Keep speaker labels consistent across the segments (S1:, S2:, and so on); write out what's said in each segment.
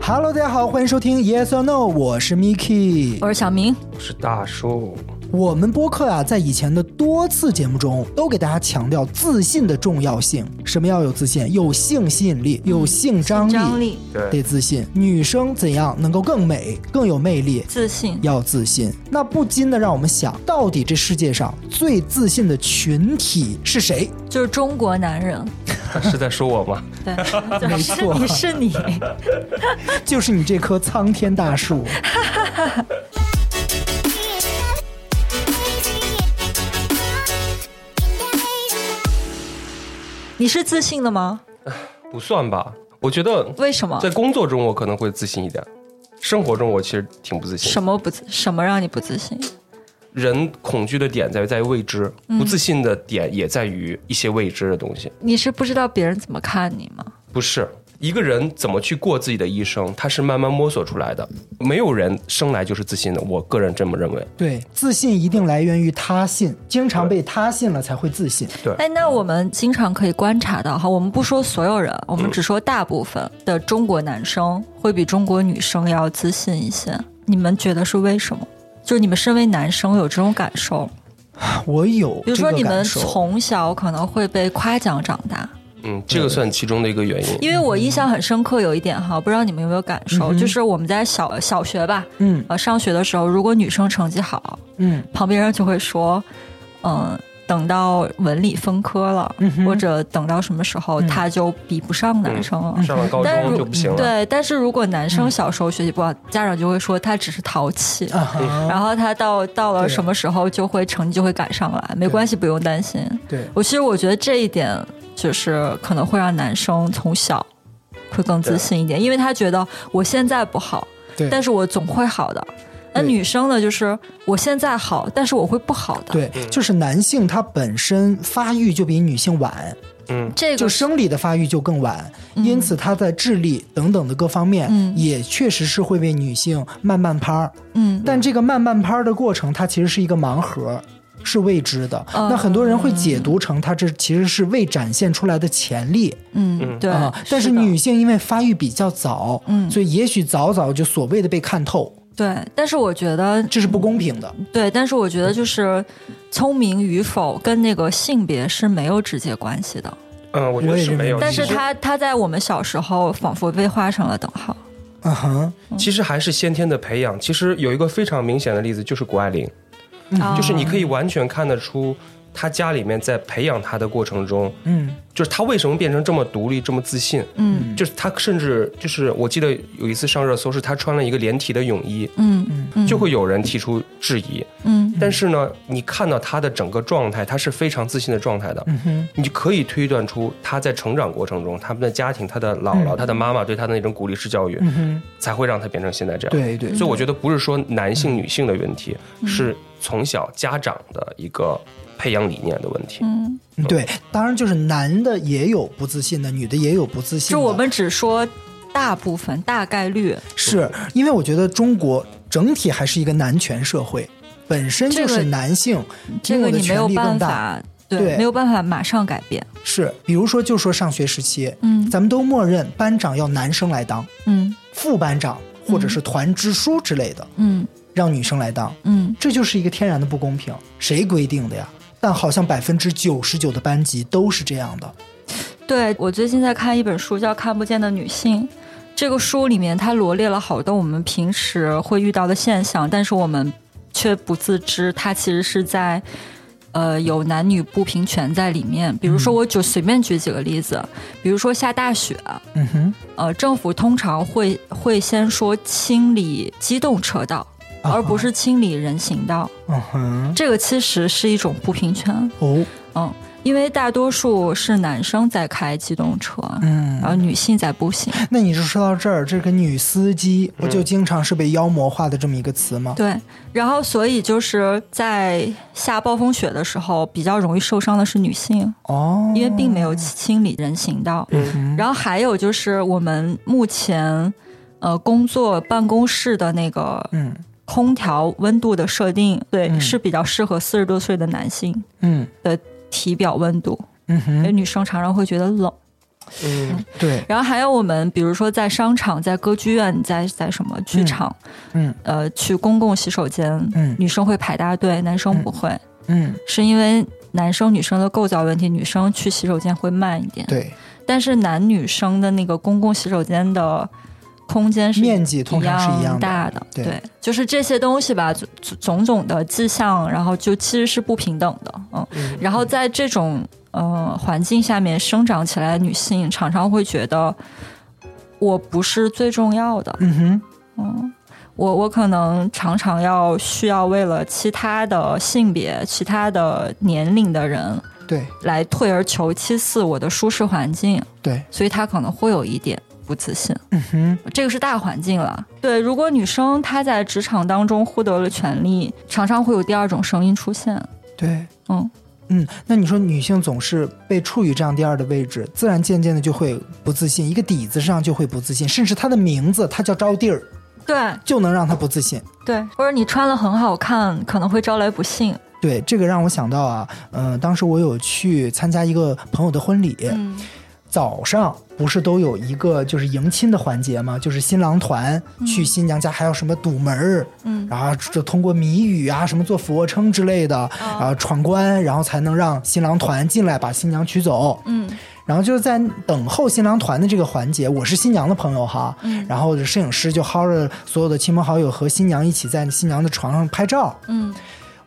S1: Hello，大家好，欢迎收听 Yes or No，我是 Miki，
S2: 我是小明，
S3: 是大叔。
S1: 我们播客啊，在以前的多次节目中，都给大家强调自信的重要性。什么要有自信？有性吸引力，有性张力，
S2: 张力
S1: 得
S3: 对，
S1: 自信。女生怎样能够更美、更有魅力？
S2: 自信，
S1: 要自信。那不禁的让我们想，到底这世界上最自信的群体是谁？
S2: 就是中国男人。
S3: 他是在说我吗？
S2: 对，
S1: 没
S2: 是
S1: 错
S2: 你 是你，
S1: 就是你这棵苍天大树。
S2: 你是自信的吗？
S3: 不算吧。我觉得
S2: 为什么
S3: 在？工作中我可能会自信一点，生活中我其实挺不自信。
S2: 什么不自？什么让你不自信？
S3: 人恐惧的点在于在于未知，不自信的点也在于一些未知的东西。
S2: 你是不知道别人怎么看你吗？
S3: 不是一个人怎么去过自己的一生，他是慢慢摸索出来的。没有人生来就是自信的，我个人这么认为。
S1: 对，自信一定来源于他信，经常被他信了才会自信。
S3: 对，
S2: 哎，那我们经常可以观察到，哈，我们不说所有人，我们只说大部分的中国男生会比中国女生要自信一些。你们觉得是为什么？就是你们身为男生有这种感受？
S1: 我有
S2: 比
S1: 这
S2: 如说
S1: 个
S2: 你
S1: 感
S2: 们
S1: 受，
S2: 从小可能会被夸奖长大，
S3: 嗯，这个算其中的一个原因。
S2: 因为我印象很深刻有一点哈，不知道你们有没有感受，就是我们在小小学吧，
S1: 嗯
S2: 呃，上学的时候，如果女生成绩好，
S1: 嗯
S2: 旁边人就会说，嗯、等到文理分科了，
S1: 嗯
S2: 或者等到什么时候，她就比不上男生了。
S3: 上了高
S2: 但
S3: 中
S2: 如
S3: 就不行了，
S2: 对，但是如果男生小时候学习不好，家长就会说他只是淘气，
S1: 啊哈，
S2: 然后他到到了
S1: 对
S2: 什么时候就会成绩就会赶上来，没关系，不用担心。
S1: 对，
S2: 我其实我觉得这一点就是可能会让男生从小会更自信一点，因为他觉得我现在不好，
S1: 啊对
S2: 但是我总会好的。那
S1: 对
S2: 女生呢，就是我现在好，但是我会不好的。，
S1: 对，就是男性他本身发育就比女性晚，
S3: 嗯，
S2: 这
S1: 就
S2: 个
S1: 生理的发育就更晚，因此他在智力等等的各方面，
S2: 嗯
S1: 也确实是会被女性慢慢拍儿。
S2: 嗯，
S1: 但这个慢慢拍儿的过程，它其实是一个盲盒。是未知的，
S2: 哦
S1: 那很多人
S2: 嗯
S1: 会解读成他这其实是未展现出来的潜力
S2: 嗯，对
S1: 啊、。但是
S2: 的
S1: 女性因为发育比较早，
S2: 嗯
S1: 所以也许早早就所谓的被看透，
S2: 对，但是我觉得
S1: 这是不公平的。
S2: 对，但是我觉得就是聪明与否跟那个性别是没有直接关系的。
S3: 嗯，我觉
S1: 我
S3: 得
S1: 也
S3: 是
S1: 认
S3: 没
S1: 为
S3: 有。
S2: 但是
S3: 其实
S2: 他他在我们小时候仿佛被画上了等号。
S1: 嗯哼，
S3: 其实还是先天的培养。其实有一个非常明显的例子，就是谷爱凌，
S1: 哦嗯
S2: 啊
S3: 就是你可以完全看得出，她家里面在培养她的过程中，
S1: 嗯
S3: 就是她为什么变成这么独立、这么自信。
S2: 嗯
S3: 就是她甚至就是我记得有一次上热搜是她穿了一个连体的泳衣，
S2: 嗯嗯
S3: 就会有人提出质疑。
S2: 嗯
S3: 但是呢，你看到她的整个状态，她是非常自信的状态的。
S1: 嗯哼，
S3: 你就可以推断出她在成长过程中，他们的家庭、她的姥姥、她的妈妈对她的那种鼓励式教育，
S1: 嗯哼，
S3: 才会让她变成现在这样。
S1: 对对，
S3: 所以我觉得不是说男性女性的问题，是从小家长的一个培养理念的问题。
S2: 嗯。
S1: 对，当然就是男的也有不自信的，女的也有不自信的。
S2: 就我们只说大部分、大概率，
S1: 是因为我觉得中国整体还是一个男权社会，本身就
S2: 这
S1: 是
S2: 个
S1: 男性
S2: 这
S1: 拥
S2: 个
S1: 有的
S2: 你没
S1: 权
S2: 有
S1: 利更
S2: 办
S1: 大。
S2: 法，对，
S1: 对
S2: 没有办法马上改变。
S1: 是，比如说就说上学时期，
S2: 嗯
S1: 咱们都默认班长要男生来当，
S2: 嗯
S1: 副班长或者是团支书之类的、
S2: 嗯
S1: 让女生来当，
S2: 嗯，
S1: 这就是一个天然的不公平，谁规定的呀？但好像百分之九十九的班级都是这样的。
S2: 对我最近在看一本书，叫《看不见的女性》。这个书里面，它罗列了好多我们平时会遇到的现象，但是我们却不自知，它其实是在，呃，有男女不平权在里面。比如说，我就随便举几个例子，比如说下大雪，
S1: 嗯哼，
S2: 呃，政府通常会会先说清理机动车道，
S1: 啊哈
S2: 而不是清理人行道。
S1: 嗯哼，
S2: 这个其实是一种不平权，
S1: 哦，
S2: 嗯，因为大多数是男生在开机动车，
S1: 嗯
S2: 然后女性在步行。
S1: 那你是说到这儿，这个女司机不就经常是被妖魔化的这么一个词吗？
S2: 对，然后所以就是在下暴风雪的时候，比较容易受伤的是女性，
S1: 哦，
S2: 因为并没有清理人行道。
S3: 嗯
S2: 然后还有就是我们目前，呃，工作办公室的那个
S1: 嗯
S2: 空调温度的设定，对，
S1: 嗯
S2: 是比较适合四十多岁的男性
S1: 嗯
S2: 的体表温度，
S1: 嗯
S2: 因为
S1: 哼
S2: 女生常常会觉得冷。
S3: 嗯
S1: 对，
S2: 然后还有我们，比如说在商场、在歌剧院、在在什么剧场，
S1: 嗯
S2: 呃，去公共洗手间，
S1: 嗯
S2: 女生会排大队，男生不会，
S1: 嗯，
S2: 是因为男生女生的构造问题，女生去洗手间会慢一点，
S1: 对，
S2: 但是男女生的那个公共洗手间的空间是
S1: 面积通常是一样的
S2: 大的，
S1: 对
S2: 就是这些东西吧，种种种的迹象，然后就其实是不平等的，嗯，
S3: 嗯
S2: 然后在这种呃环境下面生长起来的女性，常常会觉得我不是最重要的，
S1: 嗯哼，
S2: 嗯，我我可能常常要需要为了其他的性别、其他的年龄的人
S1: 对
S2: 来退而求其次我的舒适环境，
S1: 对，
S2: 所以她可能会有一点不自信。
S1: 嗯哼，
S2: 这个是大环境了。对，如果女生她在职场当中获得了权利，常常会有第二种声音出现。
S1: 对。
S2: 嗯，
S1: 嗯，那你说女性总是被处于这样第二的位置，自然渐渐的就会不自信，一个底子上就会不自信，甚至她的名字，她叫招娣儿，
S2: 对
S1: 就能让她不自信。
S2: 对，或者你穿了很好看，可能会招来不幸。
S1: 对，这个让我想到啊，嗯、当时我有去参加一个朋友的婚礼，
S2: 嗯
S1: 早上不是都有一个就是迎亲的环节吗？就是新郎团去新娘家，还有什么堵门儿，
S2: 嗯，
S1: 然后就通过谜语啊，什么做俯卧撑之类的，然后闯关，然后才能让新郎团进来把新娘娶走。
S2: 嗯
S1: 然后就是在等候新郎团的这个环节，我是新娘的朋友哈，然后摄影师就薅着所有的亲朋好友和新娘一起在新娘的床上拍照。
S2: 嗯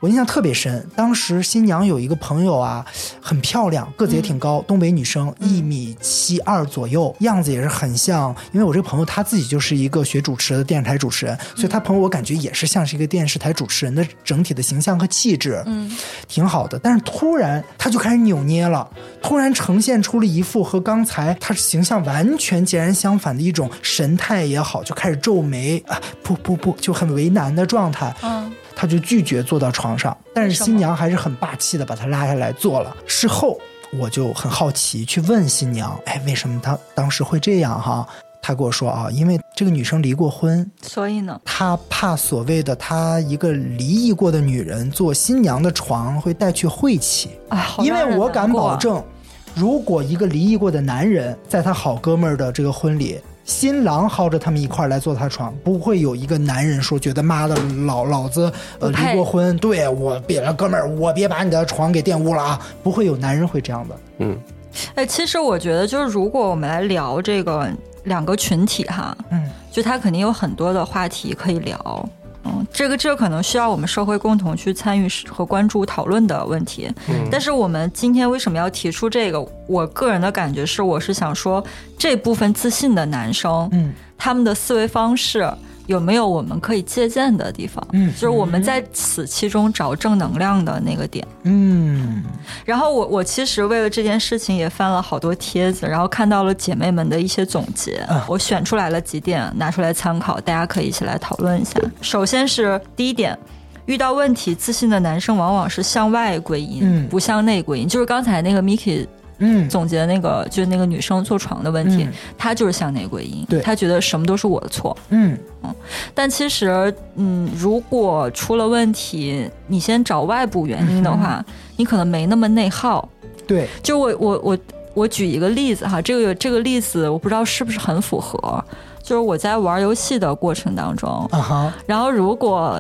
S1: 我印象特别深，当时新娘有一个朋友啊，很漂亮，个子也挺高，东北女生，一米七二左右，样子也是很像。因为我这个朋友她自己就是一个学主持的电视台主持人，所以她朋友我感觉也是像是一个电视台主持人的整体的形象和气质，
S2: 嗯，
S1: 挺好的。但是突然她就开始扭捏了，突然呈现出了一副和刚才她形象完全截然相反的一种神态也好，就开始皱眉啊，不不不，就很为难的状态。
S2: 嗯
S1: 他就拒绝坐到床上，但是
S2: 为什么
S1: 新娘还是很霸气的把他拉下来坐了。事后我就很好奇去问新娘，哎，为什么她当时会这样哈？她跟我说啊，因为这个女生离过婚，
S2: 所以呢，
S1: 她怕所谓的她一个离异过的女人坐新娘的床会带去晦气，
S2: 哎，好
S1: 因
S2: 让
S1: 为
S2: 人
S1: 我
S2: 难
S1: 敢
S2: 过
S1: 保，证，如果一个离异过的男人在他好哥们儿的这个婚礼，新郎薅着他们一块儿来坐他床，不会有一个男人说觉得妈的老老子呃
S2: 不配
S1: 离过婚，对我别了哥们儿，我别把你的床给玷污了啊！不会有男人会这样的。
S3: 嗯
S2: 哎，其实我觉得就是如果我们来聊这个两个群体哈，
S1: 嗯，
S2: 就它肯定有很多的话题可以聊。嗯，这个这个可能需要我们社会共同去参与和关注讨论的问题。
S3: 嗯
S2: 但是我们今天为什么要提出这个？我个人的感觉是，我是想说这部分自信的男生，
S1: 嗯
S2: 他们的思维方式有没有我们可以借鉴的地方？
S1: 嗯
S2: 就是我们在此其中找正能量的那个点。
S1: 嗯
S2: 然后我我其实为了这件事情也翻了好多帖子，然后看到了姐妹们的一些总结，
S1: 嗯
S2: 我选出来了几点拿出来参考，大家可以一起来讨论一下。首先是第一点。遇到问题，自信的男生往往是向外归因，
S1: 嗯
S2: 不向内归因。就是刚才那个 Miki
S1: 嗯，
S2: 总结的那个，就是那个女生坐床的问题，
S1: 嗯
S2: 她就是向内归因
S1: 对，
S2: 她觉得什么都是我的错。
S1: 嗯
S2: 但其实，嗯，如果出了问题，你先找外部原因的话，
S1: 嗯
S2: 你可能没那么内耗。
S1: 对，
S2: 就我我我我举一个例子哈，这个这个例子我不知道是不是很符合，就是我在玩游戏的过程当中，
S1: 啊哈，
S2: 然后如果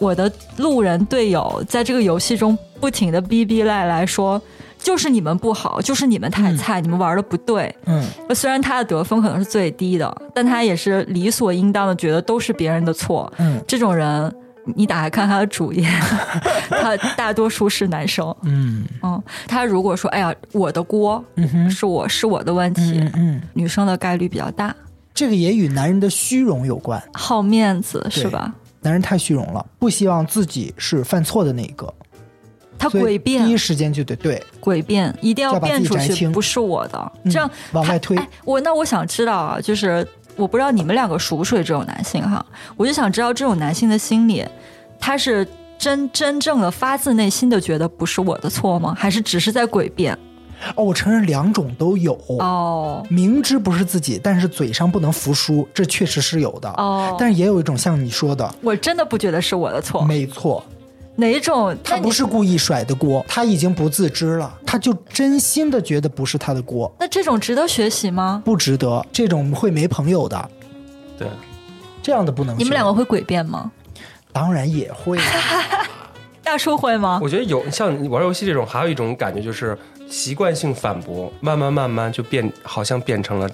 S2: 我的路人队友在这个游戏中不停的逼逼赖赖说。就是你们不好，就是你们太菜，你们玩的不对。
S1: 嗯
S2: 虽然他的得分可能是最低的，但他也是理所应当的觉得都是别人的错。
S1: 嗯
S2: 这种人，你打开看他的主页， 他大多数是男生。
S1: 嗯
S2: 嗯，他如果说“哎呀，我的锅
S1: 嗯哼，
S2: 是我是我的问题”，
S1: 嗯嗯，
S2: 女生的概率比较大，
S1: 这个也与男人的虚荣有关，
S2: 好面子是
S1: 对
S2: 吧？
S1: 男人太虚荣了，不希望自己是犯错的那一个，
S2: 他
S1: 所以
S2: 诡
S1: 第一
S2: 辩，
S1: 时间就得对
S2: 诡辩，一定要
S1: 要把
S2: 辩
S1: 自己
S2: 出
S1: 摘
S2: 去，
S1: 清
S2: 不是我的。
S1: 嗯
S2: 这样
S1: 往
S2: 他
S1: 外推
S2: 哎，我那我想知道啊，就是我不知道你们两个熟不熟悉这种男性哈，我就想知道这种男性的心理，他是真真正的发自内心的觉得不是我的错吗？还是只是在诡辩？
S1: 哦，我承认两种都有。
S2: 哦
S1: 明知不是自己，但是嘴上不能服输，这确实是有的。
S2: 哦，
S1: 但是也有一种像你说的，
S2: 我真的不觉得是我的错。
S1: 没错，
S2: 哪种？
S1: 他
S2: 那你
S1: 不是故意甩的锅，他已经不自知了，他就真心的觉得不是他的锅，
S2: 那这种值得学习吗？
S1: 不值得，这种会没朋友的，
S3: 对，
S1: 这样的不能学。
S2: 你们两个会诡辩吗？
S1: 当然也 会，
S2: 大叔会吗？
S3: 我觉得有像你玩游戏这种，还有一种感觉就是习惯性反驳，慢慢慢慢就变，好像变成了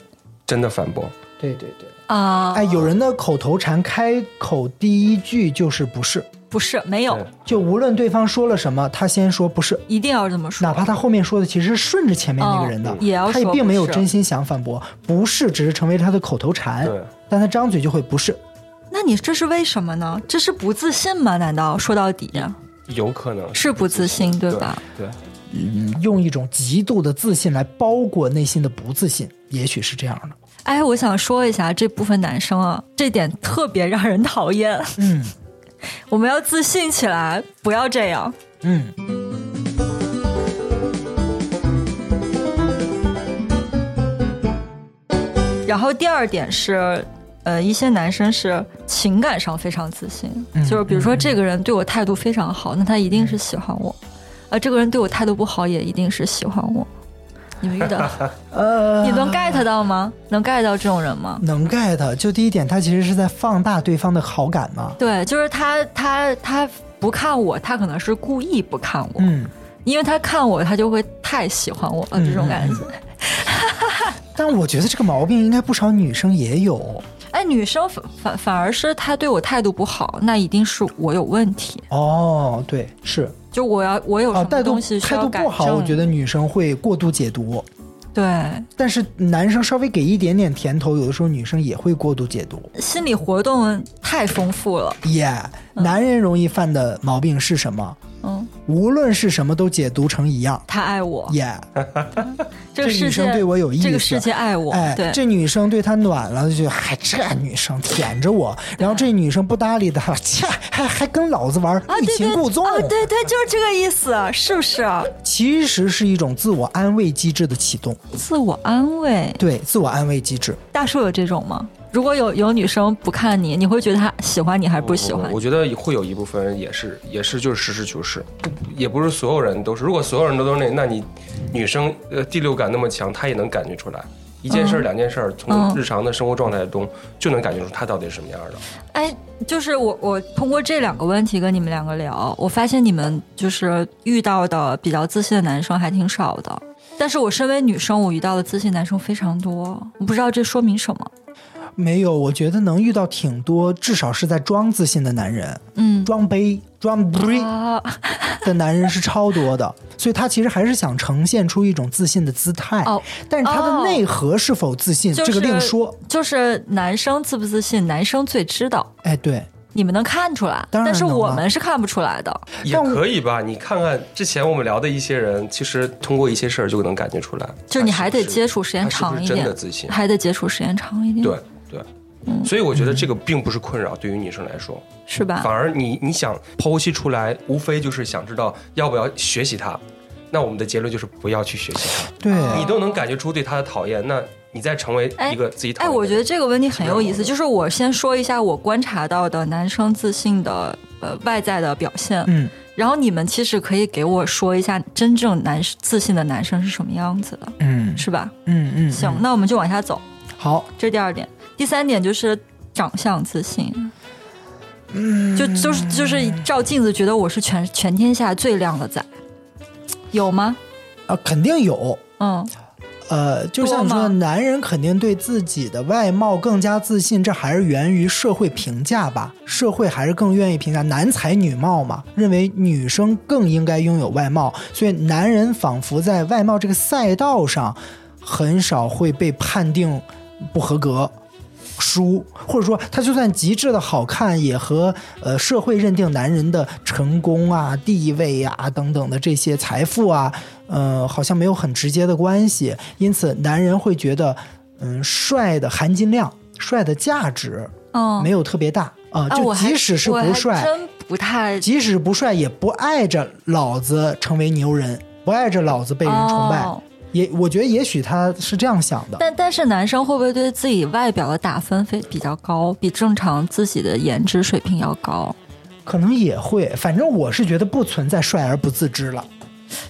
S3: 真的反驳。
S1: 对对对。
S2: 啊、
S1: 哎，有人的口头禅开口第一句就是不是，
S2: 不是，没有
S3: 对，
S1: 就无论对方说了什么，他先说不是，
S2: 一定要这么说。
S1: 哪怕他后面说的其实是顺着前面那个人的，
S2: 嗯也要说
S1: 他也并没有
S2: 不是
S1: 真心想反驳，不是只是成为他的口头禅，
S3: 对，
S1: 但他张嘴就会不是。
S2: 那你这是为什么呢？这是不自信吗？难道说到底啊
S3: 有可能
S2: 是不自信，对吧？
S3: 对，
S1: 嗯用一种极度的自信来包裹内心的不自信，也许是这样的。
S2: 哎，我想说一下这部分男生啊，这点特别让人讨厌。
S1: 嗯
S2: 我们要自信起来，不要这样。
S1: 嗯，
S2: 然后第二点是，呃，一些男生是情感上非常自信，
S1: 嗯
S2: 就是比如说这个人对我态度非常好，那他一定是喜欢我；啊，这个人对我态度不好，也一定是喜欢我。你们遇到，
S1: 呃，
S2: 你能 get 到吗？能 get 到这种人吗？
S1: 能 get？就第一点，他其实是在放大对方的好感嘛。
S2: 对，就是他，他，他不看我，他可能是故意不看我，
S1: 嗯，
S2: 因为他看我，他就会太喜欢我了，呃这种感觉。
S1: 但我觉得这个毛病应该不少女生也有
S2: 哎，女生反反反而是他对我态度不好，那一定是我有问题，
S1: 哦。对，是
S2: 就我要我有
S1: 啊，
S2: 什
S1: 态
S2: 么
S1: 度
S2: 东西需
S1: 态
S2: 要
S1: 度
S2: 改
S1: 不
S2: 正。
S1: 好，我觉得女生会过度解读，
S2: 对
S1: 但是男生稍微给一点点甜头，有的时候女生也会过度解读。
S2: 心理活动太丰富了，
S1: 耶、男人容易犯的毛病是什么？
S2: 嗯，
S1: 无论是什么都解读成一样。
S2: 他爱我，
S1: 耶、
S2: 这
S1: 这
S2: 个
S1: 女
S2: 世
S1: 生
S2: 界
S1: 对我有意思
S2: 这个世界爱我，
S1: 哎，
S2: 对。
S1: 这女生对他暖了，就觉得嗨，这女生舔着我，然后这女生不搭理他， 切，还还跟老子玩
S2: 啊，
S1: 欲
S2: 对
S1: 擒
S2: 对，
S1: 故纵，
S2: 啊，对对，就是这个意思，是不是？
S1: 其实是一种自我安慰机制的启动，
S2: 自我安慰，
S1: 对，自我安慰机制。
S2: 大叔有这种吗？如果有有女生不看你，你会觉得她喜欢你还是不喜欢你？
S3: 我觉得会有一部分人也是，也是就是实事求是，不也不是所有人都是。如果所有人都都是那，那你女生呃第六感那么强，她也能感觉出来。一件事儿、两件事儿，
S2: 嗯
S3: 从日常的生活状态中就能感觉出她到底是什么样的。
S2: 哎，就是我我通过这两个问题跟你们两个聊，我发现你们就是遇到的比较自信的男生还挺少的，但是我身为女生，我遇到的自信男生非常多，我不知道这说明什么。
S1: 没有，我觉得能遇到挺多，至少是在装自信的男人，
S2: 嗯
S1: 装杯、装
S3: 嗯
S1: 杯
S2: 啊，
S1: 的男人是超多的，所以他其实还是想呈现出一种自信的姿态，
S2: 哦
S1: 但是他的
S2: 哦
S1: 内核是否自信，
S2: 就是
S1: 这个另说。
S2: 就是男生自不自信，男生最知道，
S1: 哎，对，
S2: 你们能看出来，
S1: 当然
S2: 但是
S1: 能
S2: 我
S3: 啊
S1: 了
S2: 们是看不出来的。
S3: 也
S1: 但我
S3: 可以吧，你看看之前我们聊的一些人，其实通过一些事儿就能感觉出来。
S2: 就是你
S3: 她
S2: 还
S3: 是不
S2: 得
S3: 是
S2: 接触时间
S3: 她是不
S2: 长
S3: 是
S2: 一点，嗯
S3: 真的自信。
S2: 还得接触时间长一点，
S3: 对，对，所以我
S2: 嗯
S3: 觉得这个并不是困扰，对于女生来说，
S2: 是吧？
S3: 反而你你想剖析出来，无非就是想知道要不要学习它。那我们的结论就是不要去学习
S1: 对，
S3: 它，
S2: 哦
S3: 你都能感觉出对它的讨厌，那你再成为一个自己讨
S2: 哎，
S3: 厌的人。
S2: 我觉得这个问题很有意思，
S3: 基
S2: 就是我先说一下我观察到的男生自信的呃外在的表现，
S1: 嗯，
S2: 然后你们其实可以给我说一下真正男自信的男生是什么样子的，
S1: 嗯
S2: 是吧？
S1: 嗯嗯，
S2: 行，那我们就往下走，
S1: 好，
S2: 这是第二点，第三点就是长相自信。嗯，就就是就是
S1: 嗯
S2: 照镜子，觉得我是全全天下最靓的仔，有吗？
S1: 啊，肯定有。
S2: 嗯，
S1: 呃，就像你说
S2: 多
S1: 的，
S2: 吗
S1: 男人肯定对自己的外貌更加自信，这还是源于社会评价吧？社会还是更愿意评价男才女貌嘛，认为女生更应该拥有外貌，所以男人仿佛在外貌这个赛道上，很少会被判定不合格。输，或者说他就算极致的好看，也和呃社会认定男人的成功啊、地位啊等等的这些财富啊，呃，好像没有很直接的关系。因此，男人会觉得，嗯，帅的含金量、帅的价值
S2: 嗯，
S1: 没有特别大啊、
S2: 啊，
S1: 就
S2: 我还
S1: 即使是
S2: 我
S1: 不
S2: 还
S1: 帅，
S2: 真不太
S1: 即使不帅，也不碍着老子成为牛人，不碍着老子被人崇拜。
S2: 哦
S1: 也我觉得，也许他是这样想的。
S2: 但但是男生会不会对自己外表的打分非比较高，比正常自己的颜值水平要高？
S1: 可能也会，反正我是觉得不存在帅而不自知了。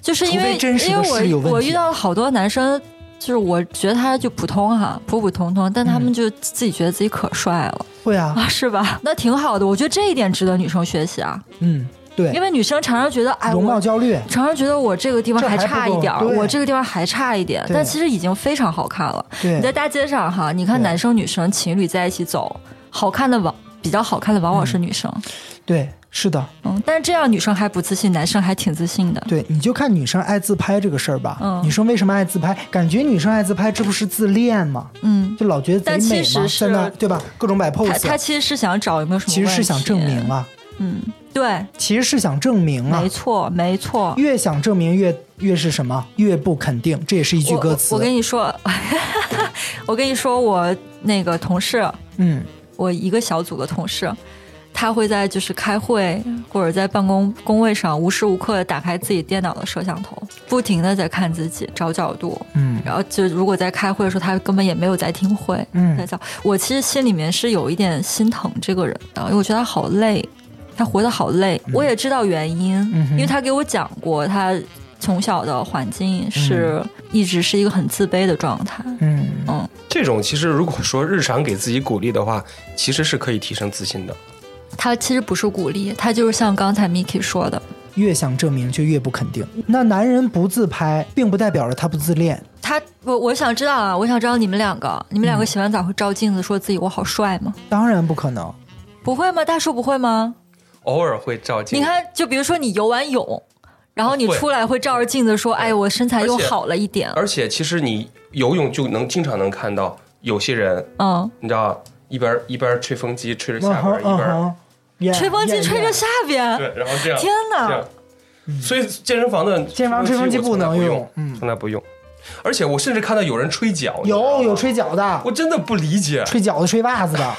S2: 就是因为
S1: 除非真实的
S2: 因
S1: 是
S2: 为
S1: 有问
S2: 我
S1: 题啊
S2: 我遇到了好多男生，就是我觉得他就普通哈，普普通通，但他
S1: 嗯
S2: 们就自己觉得自己可帅了、
S1: 会啊，
S2: 啊，是吧？那挺好的，我觉得这一点值得女生学习啊，
S1: 嗯，对
S2: 因，为女生常常觉得哎
S1: 容貌
S2: 我。
S1: 焦虑，
S2: 常常觉得我这个地方
S1: 这还
S2: 差一点儿
S1: 不够，对
S2: 我这个地方还差一点，
S1: 对
S2: 但其实已经非常好看了。你在
S1: 对，
S2: 大街上哈，你看
S1: 对
S2: 男生女生情侣在一起走，好看的往比较好看的往往是女生，
S1: 对，是的，
S2: 嗯，但是这样女生还不自信，男生还挺自信的。
S1: 对，你就看女生爱自拍这个事儿吧。
S2: 嗯
S1: 女生为什么爱自拍？感觉女生爱自拍，这不是自恋吗？
S2: 嗯，
S1: 就老觉得
S2: 但
S1: 贼美
S2: 其
S1: 嘛，
S2: 实是
S1: 在那对吧？各种摆
S2: 他他
S1: pose，
S2: 其实是想找有没有什么
S1: 其实是
S2: 问
S1: 想
S2: 题
S1: 证明，啊，
S2: 嗯，对，
S1: 其实是想证明啊
S2: 没。错，没错。
S1: 越想证明越越是什么？越不肯定，这也是一句
S2: 我
S1: 歌
S2: 我
S1: 词。
S2: 我跟你说， 我跟你说，我那个同事，
S1: 嗯
S2: 我一个小组的同事，他会在就是开会或者在办公工位上无时无刻的打开自己电脑的摄像头，不停的在看自己找角度，
S1: 嗯
S2: 然后就如果在开会的时候，他根本也没有在听会，在
S1: 嗯，
S2: 讲。我其实心里面是有一点心疼这个人的，因为我觉得他好累，他活得好累。我也知道原因，
S1: 嗯哼
S2: 因为他给我讲过，他从小的环境是、一直是一个很自卑的状态。
S1: 嗯，
S3: 这种其实如果说日常给自己鼓励的话，其实是可以提升自信的。
S2: 他其实不是鼓励，他就是像刚才 Miki 说的，
S1: 越想证明就越不肯定。那男人不自拍，并不代表着他不自恋。
S2: 他我我想知道啊，我想知道你们两个，你们
S1: 嗯
S2: 两个洗完澡会照镜子说自己我好帅吗？
S1: 当然不可能。
S2: 不会吗？大叔不会吗？
S3: 偶尔会照镜，
S2: 你，看，就比如说你游完泳，然后你
S3: 会
S2: 出来会照着镜子说：“哎，我身材又
S3: 而且
S2: 好了一点。
S3: 而且其实你游泳就能经常能看到有些人，”
S2: 嗯，
S3: 你知道一边一边吹风机吹着
S1: 嗯
S3: 下边，
S1: 哼
S3: 一
S1: 嗯
S3: 边
S1: 哼，yeah，
S2: 吹风机
S1: yeah，
S2: 吹着
S1: yeah
S2: 下边，
S3: 对，然后这样，
S2: 天
S3: 这
S2: 哪
S3: 样！所以健身房的
S1: 健身房吹风机
S3: 我从
S1: 不
S3: 来
S1: 能
S3: 不
S1: 用嗯
S3: 从来不用。而且我甚至看到有人吹脚，你知道
S1: 有
S3: 吗
S1: 有，吹脚的，
S3: 我真的不理解。
S1: 吹脚的，吹袜子的，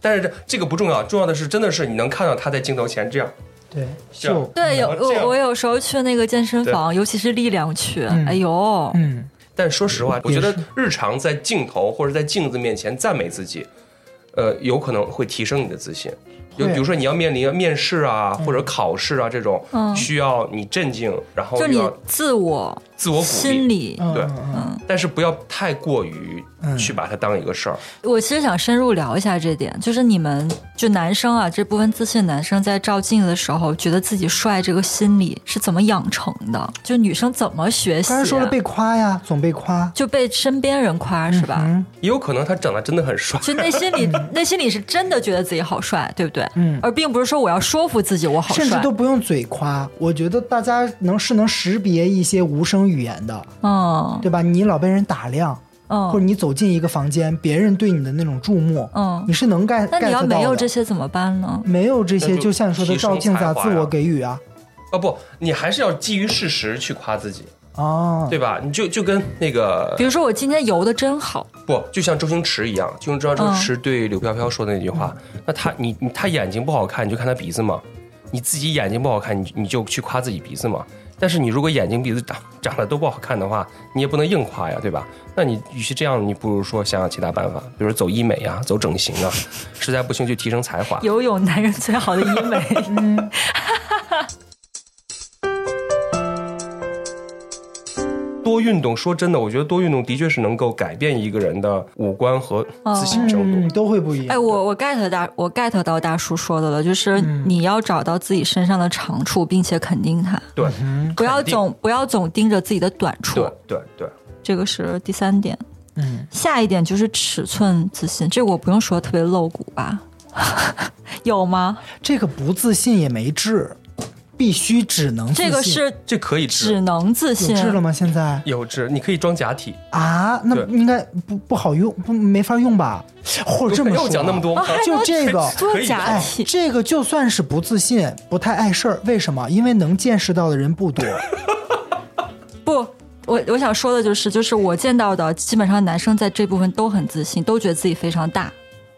S3: 但是这这个不重要，重要的是真的是你能看到他在镜头前这样，
S1: 对，
S3: 这样
S1: 秀，
S2: 对，有
S3: 然后这样
S2: 我我有时候去那个健身房，尤其是力量区，
S1: 嗯
S2: 哎呦，
S1: 嗯，
S3: 但说实话，我觉
S1: 也
S3: 得
S1: 是
S3: 日常在镜头或者在镜子面前赞美自己，呃，有可能会提升你的自信。就
S1: 会嗯
S3: 比如说你要面临面试啊，或者考试啊这种，
S2: 嗯
S3: 需要你镇静，然后
S2: 就
S3: 又
S2: 你
S3: 要
S2: 自我
S3: 自我鼓
S2: 心
S3: 励，
S2: 理，
S1: 嗯
S3: 对
S1: 嗯
S2: 嗯，
S3: 但是不要太过于
S1: 嗯
S3: 去把它当一个事儿。
S2: 我其实想深入聊一下这点，就是你们就男生啊，这部分自信男生在照镜子的时候，觉得自己帅这个心理是怎么养成的？就女生怎么学习？啊
S1: 刚才说了被夸呀，总被夸，
S2: 就被身边人夸是吧？
S1: 嗯
S3: 也有可能他长得真的很帅，
S2: 就内心里，内心里是真的觉得自己好帅，对不对？
S1: 嗯
S2: 而并不是说我要说服自己我好帅，
S1: 甚至都不用嘴夸，我觉得大家能是能识别一些无声语言的，
S2: 嗯
S1: 对吧？你老被人打量，或者
S2: 嗯
S1: 你走进一个房间，别人对你的那种注目，
S2: 嗯。
S1: 你是能 get
S2: 那你
S1: get
S2: 要
S1: 到
S2: 没有
S1: 的
S2: 这。些怎么办呢？
S1: 没有这
S3: 那
S1: 些，
S3: 就
S1: 就像你说的
S3: 提升
S1: 照镜子啊，
S3: 才华
S1: 自
S3: 呀
S1: 我给予啊，
S3: 哦不，你还是要基于事实去夸自己，
S1: 啊，
S3: 对吧？你就就跟那个
S2: 比如说我今天游的真好，
S3: 不，就像周星驰一样，就像周
S2: 嗯
S3: 星驰对柳飘飘说的那句话，那他你你他眼睛不好看，你就看他鼻子嘛。你自己眼睛不好看，你你就去夸自己鼻子嘛。但是你如果眼睛鼻子长长得都不好看的话，你也不能硬夸呀，对吧？那你与其这样，你不如说想想其他办法，比如走医美啊，走整形啊，实在不行就提升才华。
S2: 游泳男人最好的医美。
S3: 多运动，说真的，我觉得多运动的确是能够改变一个人的五官和
S2: 哦
S3: 自信程度。
S1: 嗯，都会不一
S2: 哎，
S1: 样。
S2: 我我 get 大我 get 到大叔说的了，就是
S1: 嗯
S2: 你要找到自己身上的长处，并且肯定它，
S3: 对
S1: 嗯
S2: 不要
S3: 肯定
S2: 总不要总盯着自己的短处
S3: 对。对对，
S2: 这个是第三点，
S1: 嗯，
S2: 下一点就是尺寸自信，这个我不用说特别露骨吧？ 有吗？
S1: 这个不自信也没治，必须只能自
S2: 这个
S1: 信
S2: 是
S3: 这可以治
S2: 只能自
S1: 有
S2: 信，
S1: 治了吗？现在
S3: 有治，你可以装假体。
S1: 啊，那
S3: 对
S1: 应该不不好用，不没法用吧？或者这么
S3: 要
S1: 说，啊
S3: 讲那么，多吗？
S2: 哦还
S1: 就这个。
S2: 做
S3: 可以
S2: 假
S1: 哎
S2: 体，。
S1: 这个就算是不自信、不太碍事儿，为什么？因为能见识到的人不 多。
S2: 不，我我想说的就是，就是我见到的基本上男生在这部分都很自信，都觉得自己非常大。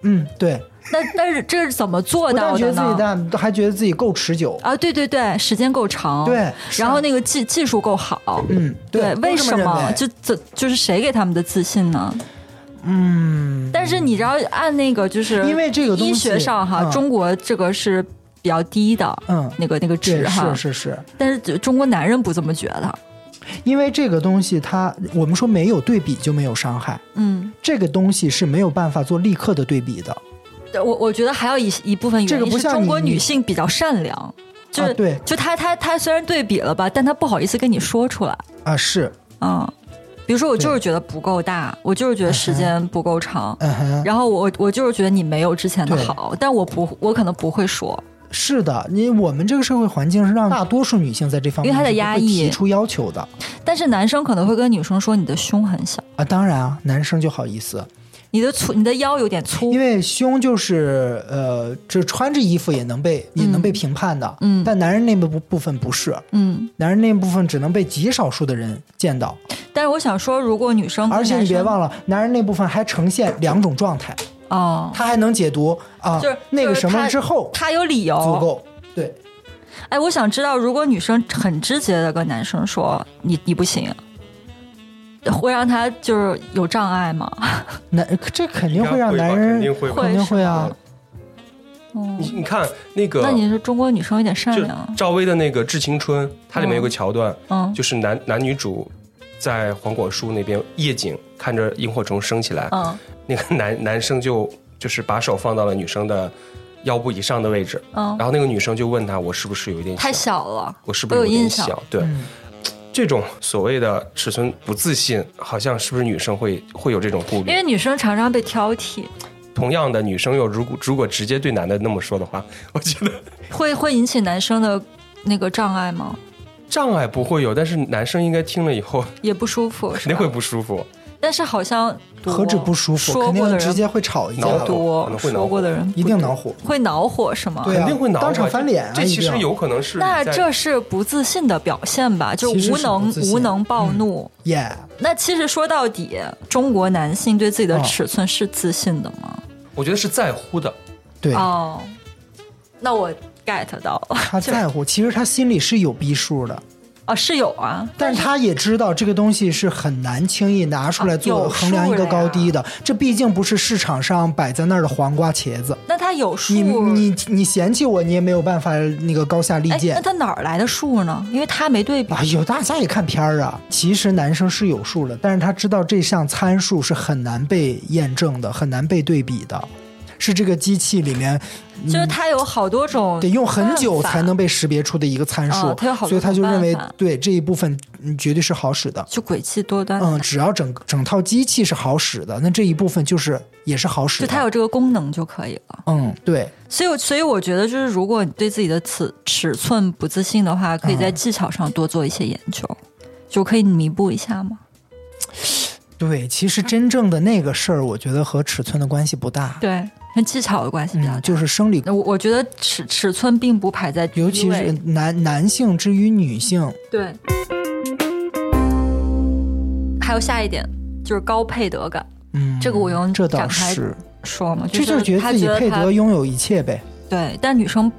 S1: 嗯，对，
S2: 那但是这是怎么做
S1: 不
S2: 到
S1: 但觉
S2: 的
S1: 得自己
S2: 呢？
S1: 大，还觉得自己够持久。
S2: 啊，对对对，时间够长，
S1: 对是
S2: 然后那个技技术够好，
S1: 嗯，
S2: 对，为
S1: 都这
S2: 什
S1: 么
S2: 么
S1: 认为
S2: 就怎就是谁给他们的自信呢？
S1: 嗯，
S2: 但是你知道，按那个就是
S1: 因为这个东西
S2: 医学上哈，
S1: 嗯
S2: 中国这个是比较低的，
S1: 嗯
S2: 那个那个值
S1: 对，
S2: 哈
S1: 是。是是，
S2: 但是中国男人不这么觉得，
S1: 因为这个东西它，我们说没有对比就没有伤害，
S2: 嗯，
S1: 这个东西是没有办法做立刻的对比的。
S2: 我我觉得还有一一部分
S1: 这个
S2: 原因
S1: 不
S2: 是
S1: 像
S2: 中
S1: 你
S2: 国
S1: 你
S2: 女性比较善良，就是、
S1: 啊对
S2: 就她她她虽然对比了吧，但她不好意思跟你说出来，
S1: 啊，是，
S2: 嗯，比如说我就是觉得不够大，我就是觉得时间不够长，
S1: 嗯哼，
S2: 然后我我就是觉得你没有之前的
S1: 对
S2: 好，但我不我可能不会说，
S1: 是的，你我们这个社会环境是让大多数女性在这方面
S2: 因为她的
S1: 是不
S2: 压
S1: 会
S2: 抑
S1: 提出要求的
S2: 但是男生可能会跟女生说你的胸很小，
S1: 啊。当然啊，男生就好意思，
S2: 你的粗你的腰有点粗
S1: 因，为胸就是呃，这穿着衣服也能被也能被评判的，
S2: 嗯
S1: 但男人那部部分不是，
S2: 嗯，
S1: 男人那部分只能被极少数的人见到，
S2: 但是我想说，如果女生跟
S1: 而且
S2: 男
S1: 你别
S2: 生
S1: 忘了，男人那部分还呈现两种状态，
S2: 哦，
S1: 他还能解读啊，
S2: 就是
S1: 那个
S2: 就是
S1: 什么
S2: 他哦
S1: 之后
S2: 他有理由
S1: 足够，对，
S2: 哎，我想知道，如果女生很直接的跟男生说你你不行，会让他就是有障碍吗？
S1: 男这肯定会让
S3: 应该吧
S1: 男人
S3: 肯定会吧
S2: 会
S1: 肯定会啊，
S2: 嗯
S3: 你，你看那个，
S2: 那你是中国女生有点善
S3: 就
S2: 良，
S3: 赵薇的那个《致青春》，它里面有个桥段，
S2: 嗯
S3: 就是男男女主在黄果树那边夜景看着萤火虫升起来，
S2: 嗯
S3: 那个男男生就就是把手放到了女生的腰部以上的位置，
S2: 嗯，
S3: 然后那个女生就问他：“我是不是有一点
S2: 太小了，
S3: 我是不是有
S2: 我有
S3: 点
S2: 印象
S3: 小？”对，
S1: 嗯
S3: 这种所谓的尺寸不自信，好像是不是女生会会有这种顾虑
S2: 因？为女生常常被挑剔，
S3: 同样的，女生又如果如果直接对男的那么说的话，我觉得
S2: 会会引起男生的那个障碍吗？
S3: 障碍不会有，但是男生应该听了以后
S2: 也不舒服，
S3: 肯
S2: 是
S3: 定
S2: 吧
S3: 会不舒服。
S2: 但是好像多
S1: 何止不舒服，
S2: 说
S1: 肯
S2: 过的
S1: 定
S2: 人
S1: 直接会吵一
S2: 比
S1: 架
S3: 恼
S2: 较
S3: 火
S1: 了，
S2: 多
S3: 可，能会恼
S2: 说过的人
S1: 一定恼火。
S2: 会恼火是吗？
S1: 对啊
S3: 肯定会恼火，
S1: 当场翻脸啊
S3: 这这其
S1: 一
S3: 实
S1: 定
S3: 有可能是
S2: 那
S3: 你在
S2: 这是不自信的表现吧？就
S1: 其实是
S2: 无能
S1: 不自信嗯
S2: 无能暴怒。
S1: 耶，
S2: 那其实说到底，中国男性对自己的
S1: 哦
S2: 尺寸是自信的吗？
S3: 我觉得是在乎的，
S1: 对，
S2: 哦，那我 get 到了。
S1: 他在乎，其实他心里是有逼数的，
S2: 哦，是有啊，
S1: 但是他也知道这个东西是很难轻易拿出来
S2: 啊有
S1: 做
S2: 数
S1: 衡量一个高低的，这毕竟不是市场上摆在那儿的黄瓜茄子。
S2: 那他有数。
S1: 你你你嫌弃我，你也没有办法那个高下立
S2: 哎，那
S1: 见。
S2: 他哪儿来的数呢？因为他没对比。
S1: 哎呦，大家也看片儿啊。其实男生是有数的，但是他知道这项参数是很难被验证的，很难被对比的，是这个机器里面
S2: 就是他有好多种
S1: 得用很久
S2: 哦办法
S1: 才能被识别出的一个参数，
S2: 哦它有好多
S1: 所以他就认为
S2: 种办法
S1: 对这一部分嗯绝对是好使的。
S2: 就诡计多端，
S1: 嗯，只要整整套机器是好使的，那这一部分就是也是好使
S2: 就
S1: 的。
S2: 他有这个功能就可以了。
S1: 嗯，对，
S2: 所以我，所以我觉得，就是如果你对自己的尺尺寸不自信的话，可以在
S1: 嗯
S2: 技巧上多做一些研究，就可以弥补一下嘛。
S1: 对，其实真正的那个事儿，我觉得和尺寸的关系不大，
S2: 对，跟技巧有关系比较
S1: 嗯，
S2: 大。
S1: 就是生理，
S2: 那我我觉得尺尺寸并不排在第一
S1: 尤其是嗯
S2: 位
S1: 男男性之于女性，
S2: 对。还有下一点就是高配得感，
S1: 嗯，
S2: 这个我用
S1: 这倒
S2: 展开
S1: 是，
S2: 说嘛，
S1: 这就是觉得
S2: 他
S1: 自己
S2: 觉得
S1: 配
S2: 他
S1: 得拥有一切呗。
S2: 对，但女生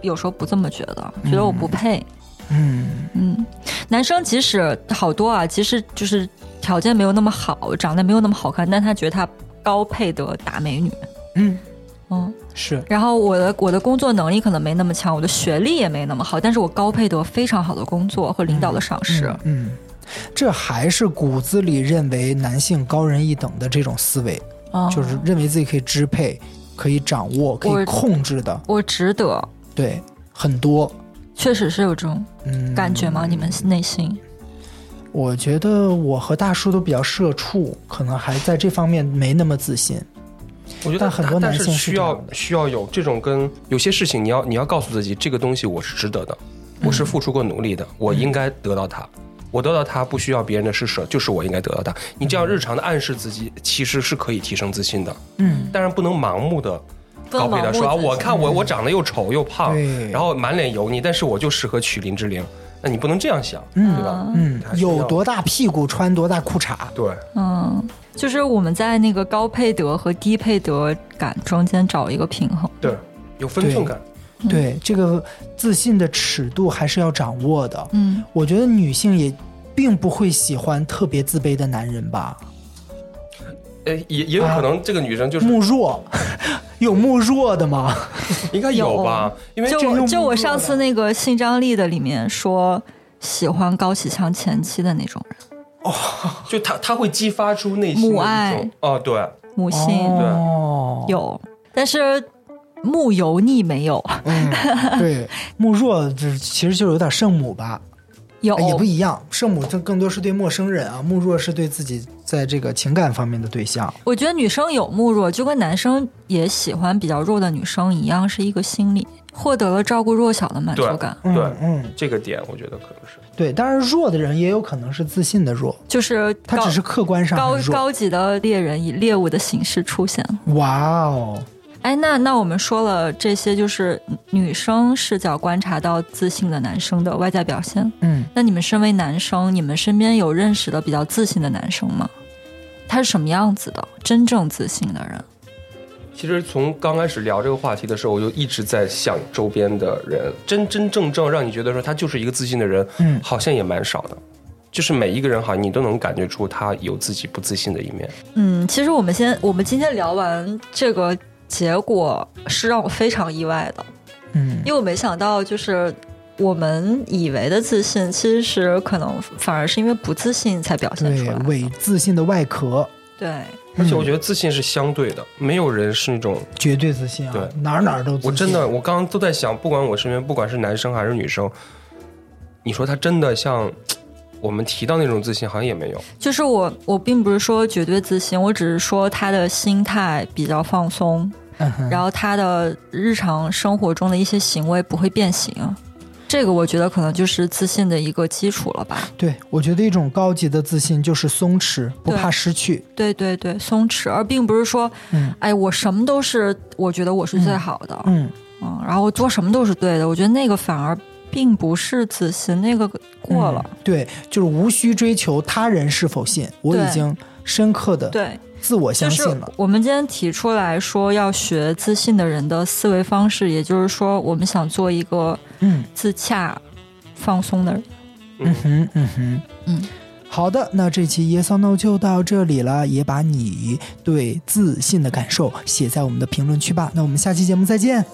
S2: 有时候不这么觉得，觉得我不配。
S1: 嗯，
S2: 嗯，男生即使好多啊，即使就是条件没有那么好，长得没有那么好看，但他觉得他高配的大美女。
S1: 嗯，
S2: 嗯，
S1: 是，
S2: 然后我的我的工作能力可能没那么强，我的学历也没那么好，但是我高配得非常好的工作和领导的赏识。
S1: 嗯，这还是骨子里认为男性高人一等的这种思维。
S2: 嗯，
S1: 就是认为自己可以支配、可以掌握、可以控制的，
S2: 我值得，
S1: 对，很多。
S2: 确实是有这种
S1: 嗯，
S2: 感觉吗？你们内心？
S1: 我觉得我和大叔都比较社畜，可能还在这方面没那么自信。
S2: 嗯
S1: 嗯
S3: 我觉得
S1: 但很多
S3: 但
S1: 男性
S3: 是
S1: 是
S3: 需
S1: 这
S3: 要
S1: 样的
S3: 需要有这种跟有些事情，你要你要告诉自己，这个东西我是值得的，我是付出过努力的，我应该得到它。我得到它不需要别人的施舍，就是我应该得到它。你这样日常的暗示自己，其实是可以提升自信的。
S1: 嗯，
S3: 当然不能盲目的
S2: 不能
S3: 高配
S2: 盲
S3: 的
S2: 目
S3: 说啊，
S2: 自信
S3: 我看我我长得又丑又胖，
S1: 对
S3: 然后满脸油腻，但是我就适合娶林志玲。那你不能这样想，对吧？
S1: 嗯
S3: 还，是要
S1: 有多大屁股穿多大裤衩，
S3: 对，
S2: 嗯，就是我们在那个高配得和低配得感中间找一个平衡。
S3: 对，有分
S1: 对
S3: 寸感。
S2: 嗯
S1: 对这个自信的尺度还是要掌握的。
S2: 嗯，
S1: 我觉得女性也并不会喜欢特别自卑的男人吧，嗯
S3: 呃，也也有可能这个女生就是
S1: 慕弱， 有慕弱的吗？
S3: 应该有吧？因为
S2: 就
S1: 这
S2: 我
S1: 用
S2: 就
S1: 不
S2: 我
S1: 着
S2: 上
S1: 的
S2: 次那个性张力的里面说喜欢高启强前妻的那种人，
S3: 就他他会激发出内心的一
S2: 母爱
S3: 种哦，对，
S2: 母性、
S1: 哦，
S2: 有，但是木油腻没有，
S1: 嗯，对，慕弱就是其实就是有点圣母吧，哎
S2: 有
S1: 也不一样。圣母这更多是对陌生人啊，慕弱是对自己在这个情感方面的对象。
S2: 我觉得女生有慕弱，就跟男生也喜欢比较弱的女生一样，是一个心理，获得了照顾弱小的满足
S3: 对
S2: 感。
S1: 嗯
S3: 对
S1: 嗯，
S3: 这个点我觉得可能是
S1: 对。当然，弱的人也有可能是自信的弱，
S2: 就是
S1: 他
S2: 高
S1: 只是客观上
S2: 高
S1: 很弱。
S2: 高级的猎人以猎物的形式出现了。
S1: 哇哦，
S2: 哎，那那我们说了这些，就是女生视角观察到自信的男生的外在表现。
S1: 嗯，
S2: 那你们身为男生，你们身边有认识的比较自信的男生吗？他是什么样子的？真正自信的人，
S3: 其实从刚开始聊这个话题的时候，我就一直在想周边的人，真真正正让你觉得说他就是一个自信的人，
S1: 嗯
S3: 好像也蛮少的。就是每一个人好像你都能感觉出他有自己不自信的一面。
S2: 嗯，其实我们先，我们今天聊完这个结果是让我非常意外的，
S1: 嗯，
S2: 因为我没想到，就是我们以为的自信，其实可能反而是因为不自信才表现出
S1: 对
S2: 来，的。
S1: 伪自信的外壳，
S2: 对，
S3: 而且我觉得自信是相对的，没有人是那种
S1: 绝对嗯自信啊，
S3: 对
S1: 哪儿哪儿都自信。
S3: 我真的，我刚刚都在想，不管我身边，不管是男生还是女生，你说他真的像我们提到那种自信，好像也没有。
S2: 就是我，我并不是说绝对自信，我只是说他的心态比较放松，
S1: 嗯哼，
S2: 然后他的日常生活中的一些行为不会变形，这个我觉得可能就是自信的一个基础了吧。
S1: 对我觉得一种高级的自信就是松弛，不
S2: 对
S1: 怕失去。
S2: 对对对，松弛，而并不是说，
S1: 嗯
S2: 哎，我什么都是，我觉得我是最好的，嗯
S1: 嗯，
S2: 然后我做什么都是对的，我觉得那个反而并不是自信，那个过了。
S1: 嗯对，就是无需追求他人是否信，我
S2: 对
S1: 已经深刻的
S2: 对，
S1: 自我
S2: 就
S1: 相
S2: 是
S1: 信了。
S2: 我们今天提出来说要学自信的人的思维方式，也就是说，我们想做一个
S1: 嗯
S2: 自洽、放松的人。
S1: 嗯哼嗯哼
S2: 嗯。
S1: 好的，那这期 Yes or No 就到这里了，也把你对自信的感受写在我们的评论区吧。那我们下期节目再见，